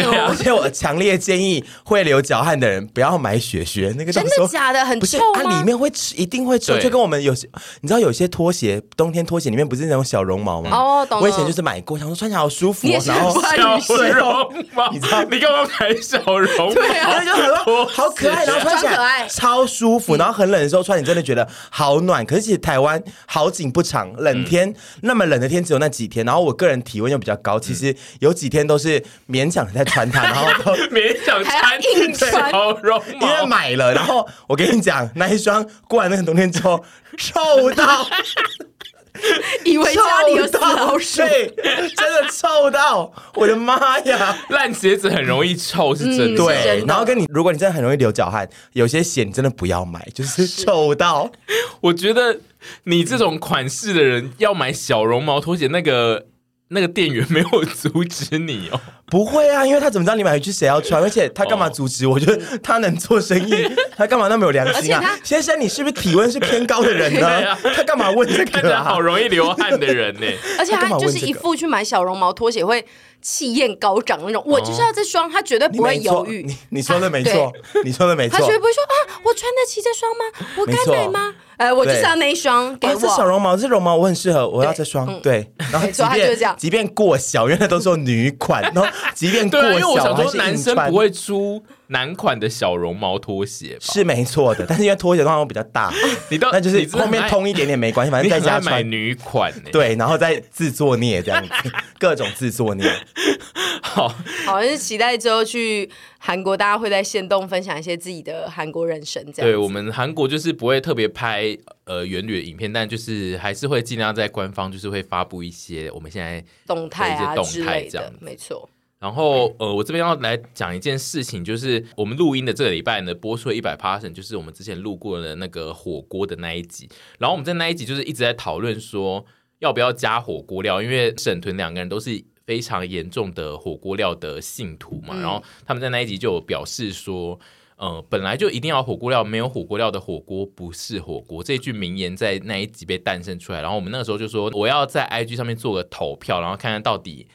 Speaker 2: 而
Speaker 1: 哎
Speaker 2: 且 我强烈建议会流脚汗的人不要买雪靴，那个
Speaker 1: 真
Speaker 2: 到时候
Speaker 1: 的假的？很
Speaker 2: 不是
Speaker 1: 臭
Speaker 2: 它
Speaker 1: 吗？
Speaker 2: 里面会吃，一定会臭，
Speaker 3: 对
Speaker 2: 就跟我们有些你知道有些拖鞋，冬天拖鞋里面不是那种小绒毛吗？
Speaker 1: 哦懂了
Speaker 2: 我以前就是买过，想说穿起来好舒服、
Speaker 1: 你也
Speaker 2: 哦，
Speaker 1: 是
Speaker 2: 然后
Speaker 1: 很
Speaker 3: 小
Speaker 1: 快
Speaker 2: 对
Speaker 3: 绒毛，你干嘛买小绒
Speaker 1: 对啊
Speaker 3: 毛？
Speaker 2: 然后就很多好可爱，然后穿起
Speaker 1: 超可
Speaker 2: 来
Speaker 1: 爱
Speaker 2: 超舒服，然后很冷的时候穿，你真的觉得好暖。可是其实台湾好景不长，冷天、那么冷的天只有那几天，然后我个人体温又比较高，其实有几天都是勉强在穿它，然后都
Speaker 3: 勉强
Speaker 1: 还
Speaker 3: 穿
Speaker 1: 要硬穿
Speaker 3: 小绒
Speaker 2: 因为
Speaker 3: 毛，
Speaker 2: 买了，然后我跟你讲，那一双过完那个冬天之后，臭到
Speaker 1: 以为家里有
Speaker 2: 臭
Speaker 1: 死
Speaker 2: 到
Speaker 1: 老鼠，
Speaker 2: 对，真的臭到，我的妈呀！
Speaker 3: 烂鞋子很容易臭，是 真的。
Speaker 1: 是真
Speaker 2: 对
Speaker 1: 的，
Speaker 2: 然后跟你，如果你真的很容易流脚汗，有些鞋你真的不要买，就是臭到。
Speaker 3: 我觉得你这种款式的人要买小绒毛拖鞋，那个那个店员没有阻止你 哦。
Speaker 2: 不会啊，因为他怎么知道你买回去谁要穿？而且他干嘛阻止我？我觉得他能做生 意，他干嘛那么有良心
Speaker 1: 而且
Speaker 2: 啊
Speaker 1: 他？
Speaker 2: 先生，你是不是体温是偏高的人
Speaker 3: 对
Speaker 2: 呢
Speaker 3: 啊？
Speaker 2: 他干嘛问这
Speaker 3: 看起
Speaker 2: 个
Speaker 3: 来
Speaker 2: 啊
Speaker 3: 好？容易流汗的 人呢、
Speaker 1: 而且
Speaker 2: 他干
Speaker 1: 他
Speaker 2: 嘛
Speaker 1: 就
Speaker 2: 问
Speaker 1: 是
Speaker 2: 这
Speaker 1: 一
Speaker 2: 个
Speaker 1: 副去买小绒毛拖鞋会气焰高涨那种。我就是要这双，他绝对
Speaker 2: 哦你
Speaker 1: 不会
Speaker 2: 没
Speaker 1: 犹
Speaker 2: 错，
Speaker 1: 豫
Speaker 2: 你。你说的没错，你说的没
Speaker 1: 他
Speaker 2: 错。
Speaker 1: 绝对不会说啊，我穿得起这双吗？我
Speaker 2: 没错
Speaker 1: 该买吗？哎，我就是要那一双，给
Speaker 2: 哦，这
Speaker 1: 我。
Speaker 2: 小
Speaker 1: 嗯
Speaker 2: 绒毛，这绒毛我很适合，我要这双。对，然后
Speaker 1: 没
Speaker 2: 即
Speaker 1: 错他就是这
Speaker 2: 便
Speaker 1: 样
Speaker 2: 即便过小，因为那都说女款，然后即便过
Speaker 3: 对啊，因为我
Speaker 2: 小
Speaker 3: 想
Speaker 2: 还
Speaker 3: 说，
Speaker 2: 是
Speaker 3: 男
Speaker 2: 硬
Speaker 3: 生
Speaker 2: 穿
Speaker 3: 不，会出男款的小绒毛拖鞋吧？
Speaker 2: 是没错的。但是因为拖鞋通常比较 大，
Speaker 3: 你到
Speaker 2: 那就
Speaker 3: 你
Speaker 2: 是
Speaker 3: 真的
Speaker 2: 后
Speaker 3: 很
Speaker 2: 面
Speaker 3: 爱
Speaker 2: 通一点点没关系，反
Speaker 3: 你
Speaker 2: 正在
Speaker 3: 很爱
Speaker 2: 家
Speaker 3: 买
Speaker 2: 穿。
Speaker 3: 女款呢、，
Speaker 2: 对，然后再自作孽这样子， 各种自作孽。
Speaker 3: 好，
Speaker 1: 好像是期待之后去韩国，大家会在线动分享一些自己的韩国人生这样。
Speaker 3: 对我们韩国就是不会特别拍呃元旅的影片，但就是还是会尽量在官方就是会发布一些我们现在。
Speaker 1: 动态啊
Speaker 3: 有一些
Speaker 1: 之
Speaker 3: 动态
Speaker 1: 类
Speaker 3: 这样
Speaker 1: 的
Speaker 3: 子，
Speaker 1: 没错。
Speaker 3: 然后呃，我这边要来讲一件事情，就是我们录音的这个礼拜呢，播出了一百 p a s s o n 就是我们之前录过的那个火锅的那一集。然后我们在那一集就是一直在讨论说要不要加火锅料，因为沈屯两个人都是。非常严重的火锅料的信徒嘛，然后他们在那一集就有表示说，呃，本来就一定要火锅料，没有火锅料的火锅不是火锅。这句名言在那一集被诞生出来，然后我们那个时候就说，我要在 IG 上面做个投票，然后看看到底，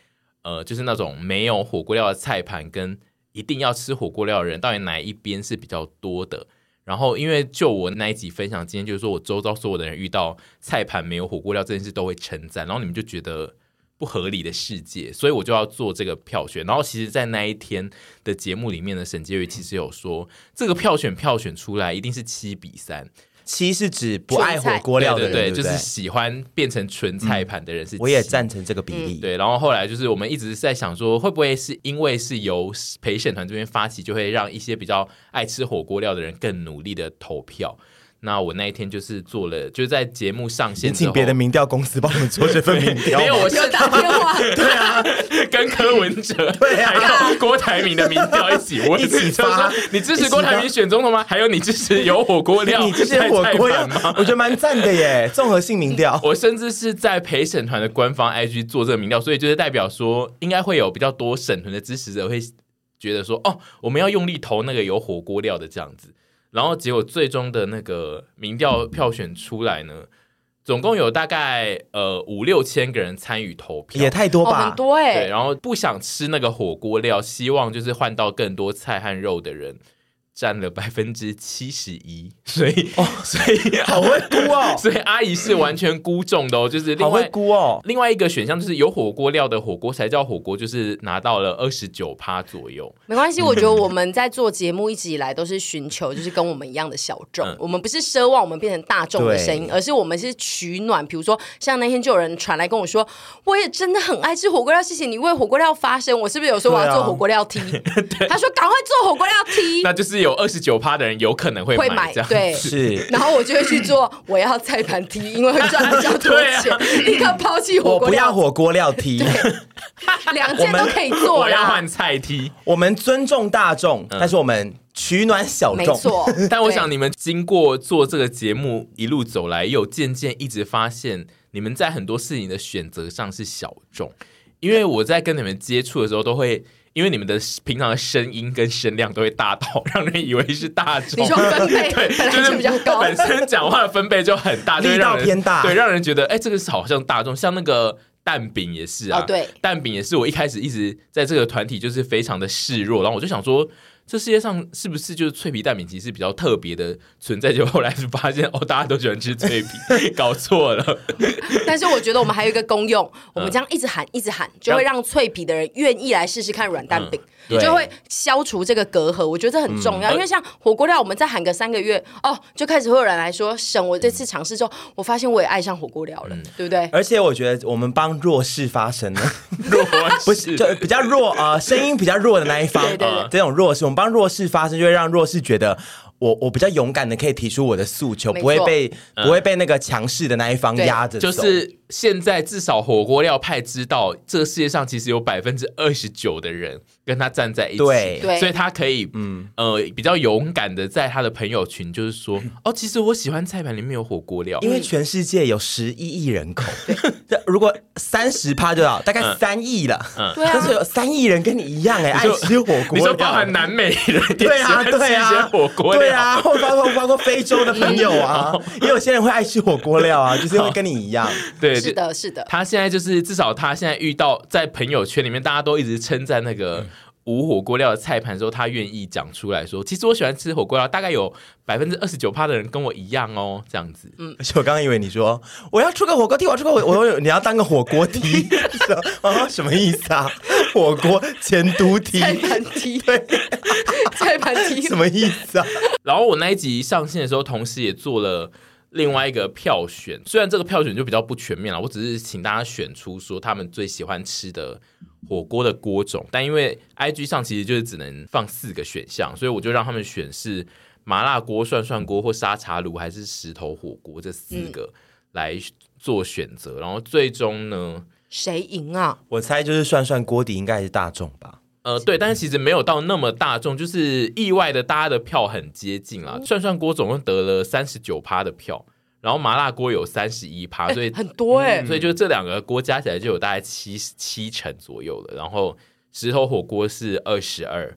Speaker 3: 呃，就是那种没有火锅料的菜盘跟一定要吃火锅料的人，到底哪一边是比较多的。然后，因为就我那一集分享，今天就是说我周遭所有的人遇到菜盘没有火锅料这件事都会称赞，然后你们就觉得不合理的世界，所以我就要做这个票选。然后，其实，在那一天的节目里面呢，沈婕妤其实有说，这个票选票选出来一定是七比三，
Speaker 2: 七是指不爱火锅料的人，
Speaker 3: 对
Speaker 2: 不嗯
Speaker 3: 就是喜欢变成纯菜盘的人是、
Speaker 2: 我也。赞成这个比例。
Speaker 3: 嗯对，然后后来就是我们一直在想说，会不会是因为是由陪审团这边发起，就会让一些比较爱吃火锅料的人更努力的投票。那我那一天就是做了，就是在节目上线
Speaker 2: 你
Speaker 3: 之
Speaker 2: 请
Speaker 3: 后，
Speaker 2: 别的民调公司帮我们做这份民调吗，
Speaker 3: 没有我是
Speaker 1: 有打电话，
Speaker 3: 跟柯文哲
Speaker 2: 对啊
Speaker 3: 还有郭台铭的民调一起问，
Speaker 2: 一起发
Speaker 3: 就是说你支持郭台铭选总统吗？还有你支持有火锅料
Speaker 2: 你这些火锅
Speaker 3: 在
Speaker 2: 料
Speaker 3: 菜盘吗？，
Speaker 2: 我觉得蛮赞的耶，综合性民调。
Speaker 3: 我甚至是在陪审团的官方 IG 做这个民调，所以就是代表说，应该会有比较多审团的支持者会觉得说，哦，我们要用力投那个有火锅料的这样子。然后结果最终的那个民调票选出来呢，总共有大概呃五六千个人参与投票，
Speaker 2: 也太多
Speaker 1: 哦，
Speaker 2: 吧
Speaker 1: 很？多哎、
Speaker 3: 对，然后不想吃那个火锅料，希望就是换到更多菜和肉的人占了百分之七十一，所以、
Speaker 2: 哦
Speaker 3: 所以，
Speaker 2: 好会估哦
Speaker 3: 所以阿姨 是完全估中的哦，就是
Speaker 2: 好
Speaker 3: 另
Speaker 2: 会
Speaker 3: 外。
Speaker 2: 估哦。
Speaker 3: 另外一个选项就是有火锅料的火锅才叫火锅，就是拿到了二十九趴左右。
Speaker 1: 没关系，我觉得我们在做节目一直以来都是寻求就是跟我们一样的小众，
Speaker 3: 嗯
Speaker 1: 我们不是奢望我们变成大众的
Speaker 2: 对
Speaker 1: 声音，而是我们是取暖。比如说，像那天就有人传来跟我说，我也真的很爱吃火锅料，谢谢你为火锅料发声。我是不是有说我
Speaker 2: 对
Speaker 1: 要
Speaker 2: 啊
Speaker 1: 做火锅料 梯？他说赶快做火锅料梯
Speaker 3: 那，就是有二十九趴的人有可能会
Speaker 1: 嗯会
Speaker 3: 买，
Speaker 1: 买
Speaker 3: 这样
Speaker 1: 对。
Speaker 2: 是
Speaker 1: 然后我就会去做我要菜盘梯，因为会赚比较多
Speaker 3: 嗯对啊
Speaker 1: 钱，立刻抛弃火
Speaker 2: 我
Speaker 1: 锅
Speaker 2: 不要
Speaker 1: 料，
Speaker 2: 火锅料梯，
Speaker 1: 两件都可以做
Speaker 3: 我要
Speaker 1: 啦
Speaker 3: 换。菜梯。
Speaker 2: 我们尊重大众，
Speaker 3: 嗯
Speaker 2: 但是我们取暖小
Speaker 1: 没
Speaker 2: 众。
Speaker 1: 错，
Speaker 3: 但我
Speaker 1: 对
Speaker 3: 想你们经过做这个节目一路走来，又渐渐一直发现你们在很多事情的选择上是小众，因为我在跟你们接触的时候都会。因为你们的平常的声音跟声量都会大到让人以为是大众，
Speaker 1: 你说分贝
Speaker 3: 对，
Speaker 1: 本来
Speaker 3: 是
Speaker 1: 就比较高
Speaker 3: 本身讲话的分贝就很大，就会
Speaker 2: 力道
Speaker 3: 让人
Speaker 2: 偏大
Speaker 3: 对，让人觉得哎，这个是好像大众，像那个蛋饼也是啊，
Speaker 1: 哦对，
Speaker 3: 蛋饼也是我一开始一直在这个团体就是非常的示弱，然后我就想说，这世界上是不是就是脆皮蛋饼其实是比较特别的存在？结果后来就发现哦，大家都喜欢吃脆皮， 搞错了。
Speaker 1: 但是我觉得我们还有一个功用，我
Speaker 3: 嗯
Speaker 1: 们这样一直喊一直喊，就会让脆皮的人愿意来试试看软蛋
Speaker 3: 嗯
Speaker 1: 饼。
Speaker 2: 对
Speaker 1: 就会消除这个隔阂，我觉得这很重
Speaker 3: 嗯
Speaker 1: 要。因为像火锅料，我们再喊个三个月，哦，就开始会有人来说：“沈，我这次尝试之后，我发现我也爱上火锅料
Speaker 3: 嗯
Speaker 1: 了，对不对
Speaker 2: 而且我觉得我们帮弱势发声 呢，
Speaker 3: 弱
Speaker 2: 不
Speaker 3: 势
Speaker 2: 是就比较弱啊、 呃声音比较弱的那一方，
Speaker 1: 对对对
Speaker 2: 呃这种弱势，我们帮弱势发声，就会让弱势觉得。我我比较勇敢的，可以提出我的诉求，
Speaker 1: 没错
Speaker 2: 不会被、不会被那个强势的那一方
Speaker 1: 对
Speaker 2: 压着走。
Speaker 3: 嗯就是现在，至少火锅料派知道，这个世界上其实有百分之二十九的人跟他站在一起，
Speaker 2: 对
Speaker 1: 对
Speaker 3: 所以他可以，嗯呃，比较勇敢的在他的朋友群，就是说，哦，其实我喜欢菜盘里面有火锅料，
Speaker 2: 嗯因为全世界有十一亿人 口，这如果三十趴就好，大概三亿了。
Speaker 1: 对啊
Speaker 2: 但是有三亿人跟你一样哎、爱吃火锅
Speaker 3: 嗯你
Speaker 2: 料
Speaker 3: 说包含南美人也
Speaker 2: 对
Speaker 3: 喜
Speaker 2: 啊，
Speaker 3: 欢吃
Speaker 2: 对
Speaker 3: 一
Speaker 2: 啊，
Speaker 3: 些火锅料，嗯
Speaker 2: 对啊，或包括包括非洲的朋友啊，也有些人会爱吃火锅料啊，就是会跟你一样，
Speaker 3: 对，？”
Speaker 1: 是
Speaker 3: 就
Speaker 1: 的，是的，
Speaker 3: 他现在就是至少他现在遇到在朋友圈里面，大家都一直称赞那
Speaker 2: 嗯
Speaker 3: 个无火锅料的菜盘的时候，他愿意讲出来说，其实我喜欢吃火锅料，大概有百分之二十九趴的人跟我一样哦，这样子。嗯，
Speaker 2: 而且我刚刚以为你说我要出个火锅梯，我要出个火， 我说你要当个火锅梯，我说 什么意思啊？ 火锅前都梯
Speaker 1: 菜盘梯， 菜盘梯，
Speaker 2: 什么意思啊？
Speaker 3: 然后我那一集上线的时候，同时也做了。另外一个票选，虽然这个票选就比较不全面了，我只是请大家选出说他们最喜欢吃的火锅的锅种，但因为 I G 上其实就是只能放四个选项，所以我就让他们选是麻辣锅、涮涮锅或沙茶炉，还是石头火锅这四个来做选择。然后最终呢，
Speaker 1: 谁赢啊？
Speaker 2: 我猜就是涮涮锅底应该还是大众吧。
Speaker 3: 呃，对，但是其实没有到那么大众，就是意外的，大家的票很接近啦。涮涮锅总共得了三十九趴的票，然后麻辣锅有三十一趴，所以、
Speaker 1: 很多哎、
Speaker 3: 所以就这两个锅加起来就有大概七七成左右了。然后石头火锅是二十二，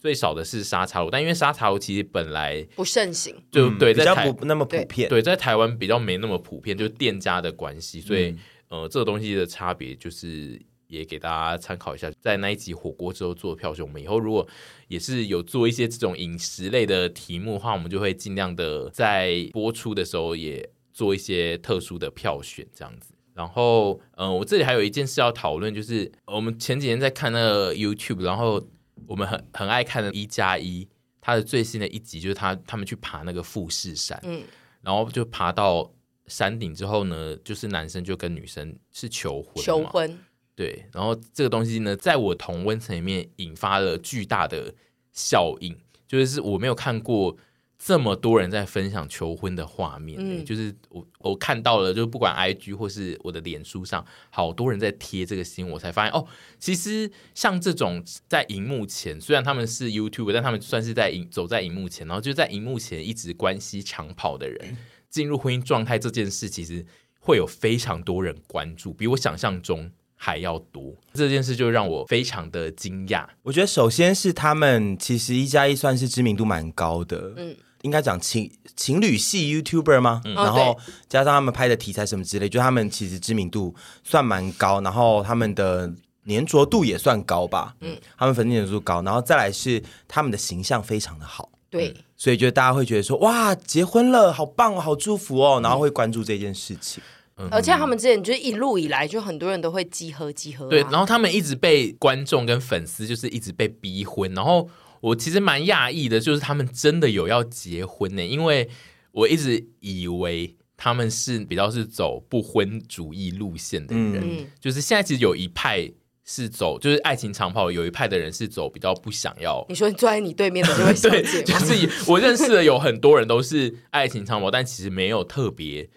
Speaker 3: 最少的是沙茶炉，但因为沙茶炉其实本来
Speaker 1: 不盛行。
Speaker 3: 就、对
Speaker 2: 嗯比
Speaker 3: 在
Speaker 2: 较
Speaker 3: 台
Speaker 2: 不那么普遍。
Speaker 3: 对在台湾比较没那么普遍，就是店家的关系，所以、呃，这个东西的差别就是。也给大家参考一下，在那一集火锅之后做票选，我们以后如果也是有做一些这种饮食类的题目的话，我们就会尽量的在播出的时候也做一些特殊的票选，这样子。然后，嗯、我这里还有一件事要讨论，就是呃我们前几天在看那个 YouTube，然后我们很很爱看的《一加一》，它的最新的一集就是他他们去爬那个富士山，
Speaker 1: 嗯
Speaker 3: 然后就爬到山顶之后呢，就是男生就跟女生是求婚嘛，
Speaker 1: 求婚，
Speaker 3: 对，然后这个东西呢，在我同温层里面引发了巨大的效应，就是我没有看过这么多人在分享求婚的画面、欸
Speaker 1: 嗯
Speaker 3: 就是我我看到了，就是不管 IG 或是我的脸书上，好多人在贴这个新闻，我才发现哦，其实像这种在荧幕前，虽然他们是 YouTube，但他们算是在荧走在荧幕前，然后就在荧幕前一直关系长跑的人，进入婚姻状态这件事，其实会有非常多人关注，比我想象中还要多。这件事就让我非常的惊讶。
Speaker 2: 我觉得首先是他们其实一加一算是知名度蛮高的，嗯，嗯应该讲情情侣系 YouTuber 吗？然
Speaker 1: 哦
Speaker 2: 后加上他们拍的题材什么之类，就他们其实知名度算蛮高，然后他们的粘着度也算高吧。嗯，他们粉丝粘着度高，然后再来是他们的形象非常的好。
Speaker 1: 对，
Speaker 2: 所以就大家会觉得说哇，结婚了，好棒哦，好祝福哦，然后会关注这件事情。
Speaker 3: 嗯
Speaker 1: 而且他们之前就是一路以来，就很多人都会集合集合、啊，
Speaker 3: 对，然后他们一直被观众跟粉丝就是一直被逼婚，然后我其实蛮讶异的，就是他们真的有要结婚呢，因为我一直以为他们是比较是走不婚主义路线的人，
Speaker 1: 嗯
Speaker 3: 就是现在其实有一派是走就是爱情长跑，有一派的人是走比较不想要。
Speaker 1: 你说你坐在你对面的这 位小
Speaker 3: 对，
Speaker 1: 姐
Speaker 3: 就
Speaker 1: 吗？
Speaker 3: 是有我认识的有很多人都是爱情长跑，但其实没有特别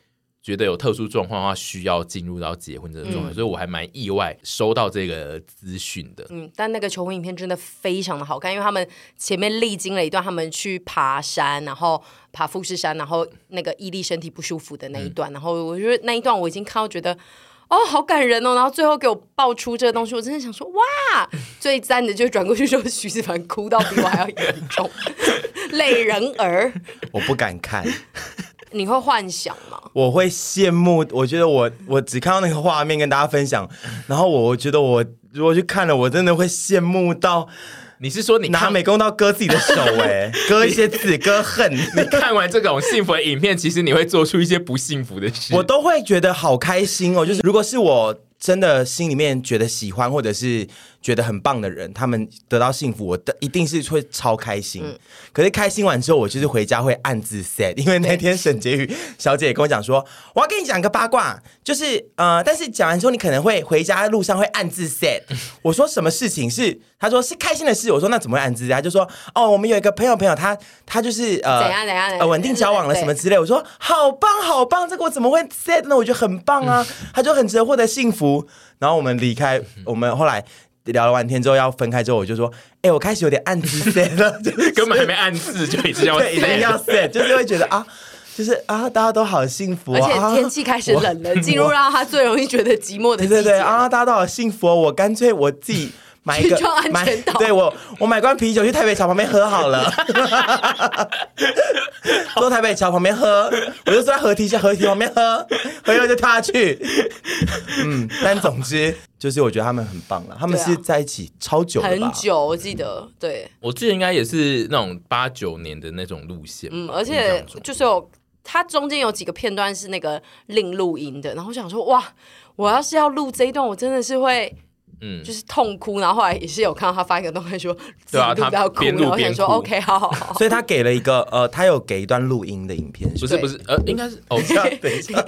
Speaker 3: 觉得有特殊状况的话需要进入到结婚这个状
Speaker 1: 嗯
Speaker 3: 态，所以我还蛮意外收到这个资讯的。
Speaker 1: 嗯，但那个求婚影片真的非常的好看，因为他们前面历经了一段他们去爬山，然后爬富士山，然后那个伊利身体不舒服的那一段，
Speaker 3: 嗯
Speaker 1: 然后我觉得那一段我已经看到觉得。哦，好感人哦！然后最后给我爆出这个东西，我真的想说，哇！ 最赞的就转过去说，徐子凡哭到比我还要严 重，泪人儿。
Speaker 2: 我不敢看，
Speaker 1: 你会幻想吗？
Speaker 2: 我会羡慕。我觉得我我只看到那个画面跟大家分享，然后我我觉得我如果去看了，我真的会羡慕到
Speaker 3: 你是说你
Speaker 2: 拿
Speaker 3: 看
Speaker 2: 美工刀割自己的手、哎，割一些字，割恨。
Speaker 3: 你看完这种幸福的影片，其实你会做出一些不幸福的事？
Speaker 2: 我都会觉得好开心
Speaker 1: 嗯
Speaker 2: 哦。就是如果是我真的心里面觉得喜欢或者是觉得很棒的人，他们得到幸福，我的一定是会超开心。
Speaker 1: 嗯
Speaker 2: 可是开心完之后，我就是回家会暗自 sad，因为那天沈婕妤小姐也跟我讲说，我要跟你讲个八卦，就是呃，但是讲完之后你可能会回家路上会暗自 sad。我说什么事情是？她说是开心的事。我说那怎么会暗自 sad？她就说哦，我们有一个朋友朋友，他他就是呃
Speaker 1: 怎样怎样怎样
Speaker 2: 呃稳定交往了
Speaker 1: 对
Speaker 2: 什么之类。我说好棒好棒，这个我怎么会 sad 呢？我觉得很棒啊，他就很值得获得幸福。然后我们离开，我们后来聊了完天之后要分开之后，我就说，哎、我开始有点暗自 sad 了，就是
Speaker 3: 根本还没暗示就已经要
Speaker 2: 对，一定要
Speaker 3: sad
Speaker 2: sad，就是会觉得啊，就是啊，大家都好幸福、
Speaker 1: 而
Speaker 2: 啊，
Speaker 1: 且天气开始冷了，进入让他最容易觉得寂寞的季节。
Speaker 2: 对对对啊，大家都好幸福哦！我干脆我自己买一个
Speaker 1: 去撞安全
Speaker 2: 买，
Speaker 1: 岛
Speaker 2: 对我我买罐啤酒去台北桥旁边喝 好了，坐台北桥旁边喝，我就坐在河堤下河堤旁边喝，喝一喝就跳下去。嗯，但总之就是我觉得他们很棒了，他们
Speaker 1: 对啊
Speaker 2: 是在一起超久了吧？
Speaker 1: 很久，我记得对，
Speaker 3: 我记得应该也是那种八九年的那种路线吧，
Speaker 1: 嗯，而
Speaker 3: 印
Speaker 1: 且
Speaker 3: 象中
Speaker 1: 就是有它中间有几个片段是那个另录音的，然后我想说哇，我要是要录这一段，我真的是会。
Speaker 3: 嗯
Speaker 1: 就是痛哭，然后后来也是有看到他发一个动态说，
Speaker 3: 对
Speaker 1: 自
Speaker 3: 啊
Speaker 1: 己录
Speaker 3: 他
Speaker 1: 到哭，
Speaker 3: 边录
Speaker 1: 然后我想
Speaker 3: 边
Speaker 1: 说
Speaker 3: 哭
Speaker 1: OK，好好好，
Speaker 2: 所以他给了一个呃，他有给一段录音的影片，
Speaker 3: 不
Speaker 2: 是
Speaker 3: 是
Speaker 1: 对
Speaker 3: 不是呃，应该是哦，
Speaker 2: 吧 等一下，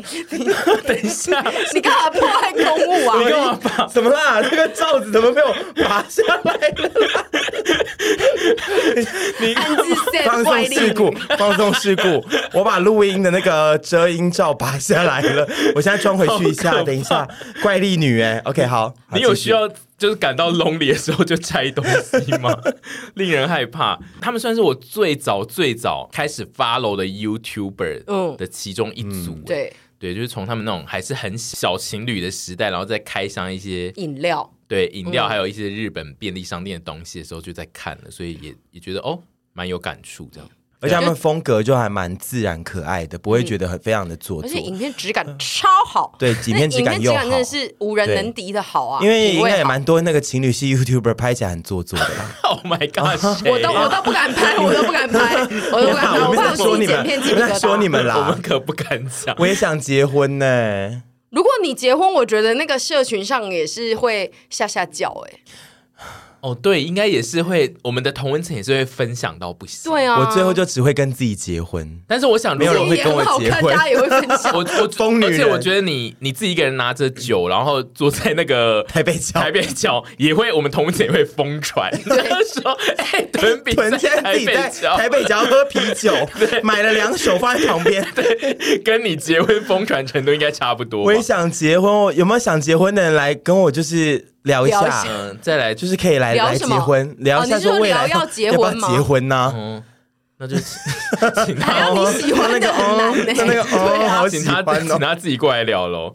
Speaker 3: 等一下，
Speaker 1: 你干嘛破坏公务 啊？
Speaker 2: 你干嘛拔？怎么啦？这个罩子怎么被我拔下来了啦？你你
Speaker 1: 暗自 sad
Speaker 2: 放
Speaker 1: 怪
Speaker 2: 纵
Speaker 1: 力
Speaker 2: 事故， 放纵事故！我把录音的那个遮阴罩拔下来了，我现在装回去一
Speaker 3: 好可
Speaker 2: 下。
Speaker 3: 怕
Speaker 2: 等一下，怪力女哎，OK，好，好
Speaker 3: 你有
Speaker 2: 继续
Speaker 3: 需要就是感到 lonely 的时候就拆东西 吗？令人害怕。他们算是我最早最早开始 follow 的 YouTuber
Speaker 1: 嗯
Speaker 3: 的其中一组，欸
Speaker 1: 对，
Speaker 3: 对，就是从他们那种还是很小情侣的时代，然后再开箱一些
Speaker 1: 饮料，
Speaker 3: 对饮料，还有一些日本便利商店的东西的时候，就在看了，所以也也觉得哦，蛮有感触这样。
Speaker 1: 嗯
Speaker 2: 而且他们风格就还蛮自然可爱的，不会觉得很非常的做
Speaker 1: 而
Speaker 2: 作
Speaker 1: 且。影片质感超好，
Speaker 2: 对影片质感
Speaker 1: 那
Speaker 2: 又
Speaker 1: 真的
Speaker 2: 好
Speaker 1: 是无人能敌的好啊，
Speaker 2: 因为
Speaker 1: 品
Speaker 2: 应
Speaker 1: 味
Speaker 2: 该也
Speaker 1: 好
Speaker 2: 蛮多那个情侣系 YouTuber 拍起来很做作的啦。
Speaker 3: Oh my god！
Speaker 1: 我都我都不敢 拍，我都不敢拍，我都不敢拍，
Speaker 2: 我
Speaker 1: 我
Speaker 2: 们
Speaker 1: 怕
Speaker 2: 在
Speaker 1: 我
Speaker 2: 说
Speaker 1: 心
Speaker 2: 你
Speaker 1: 里剪
Speaker 2: 们，
Speaker 1: 片
Speaker 2: 我
Speaker 1: 鸡皮
Speaker 2: 们
Speaker 1: 疙
Speaker 2: 在说你
Speaker 1: 瘩。
Speaker 2: 们
Speaker 3: 我
Speaker 2: 啦
Speaker 3: 们。可不敢讲。
Speaker 2: 我也想结婚呢、
Speaker 1: 如果你结婚，我觉得那个社群上也是会吓吓叫哎、
Speaker 3: 哦，对，应该也是会，我们的同温层也是会分享到不行。，
Speaker 1: 对啊，啊
Speaker 2: 我最后就只会跟自己结婚。
Speaker 3: 但是我想，
Speaker 2: 没有人会
Speaker 1: 也
Speaker 2: 跟我
Speaker 1: 很好
Speaker 2: 结
Speaker 1: 看，
Speaker 2: 婚
Speaker 1: 大家也会分享。
Speaker 3: 我我
Speaker 2: 疯女
Speaker 3: 而且
Speaker 2: 人
Speaker 3: 我觉得你你自己一个人拿着酒，然后坐在 那个
Speaker 2: 台北桥
Speaker 3: 台北桥，也会我们同姐也会疯传， 就是说哎，屯比
Speaker 2: 屯现
Speaker 3: 在
Speaker 2: 在自己在
Speaker 3: 北桥，
Speaker 2: 台北桥喝啤酒，买了两手放在旁边。
Speaker 3: 跟你结婚疯传程度应该差不多吧。
Speaker 2: 我也想结婚，我有没有想结婚的人来跟我就是聊一
Speaker 1: 聊一
Speaker 2: 下
Speaker 1: 下？
Speaker 3: 嗯，再来
Speaker 2: 就
Speaker 3: 就是
Speaker 2: 是可以来
Speaker 1: 聊
Speaker 2: 来
Speaker 1: 什
Speaker 2: 结
Speaker 1: 么
Speaker 2: 婚，聊一
Speaker 1: 哦
Speaker 2: 下
Speaker 1: 你是说
Speaker 2: 说未来
Speaker 1: 聊要结
Speaker 2: 不要
Speaker 1: 婚吗
Speaker 2: 结婚呢？
Speaker 3: 嗯，那就请
Speaker 1: 还
Speaker 3: 他
Speaker 1: 要你喜欢的很难呢、
Speaker 2: 他那个哦，
Speaker 1: 对啊
Speaker 2: 好喜
Speaker 3: 请他
Speaker 2: 欢
Speaker 3: 请
Speaker 2: 哦。
Speaker 3: 他自己过来聊喽。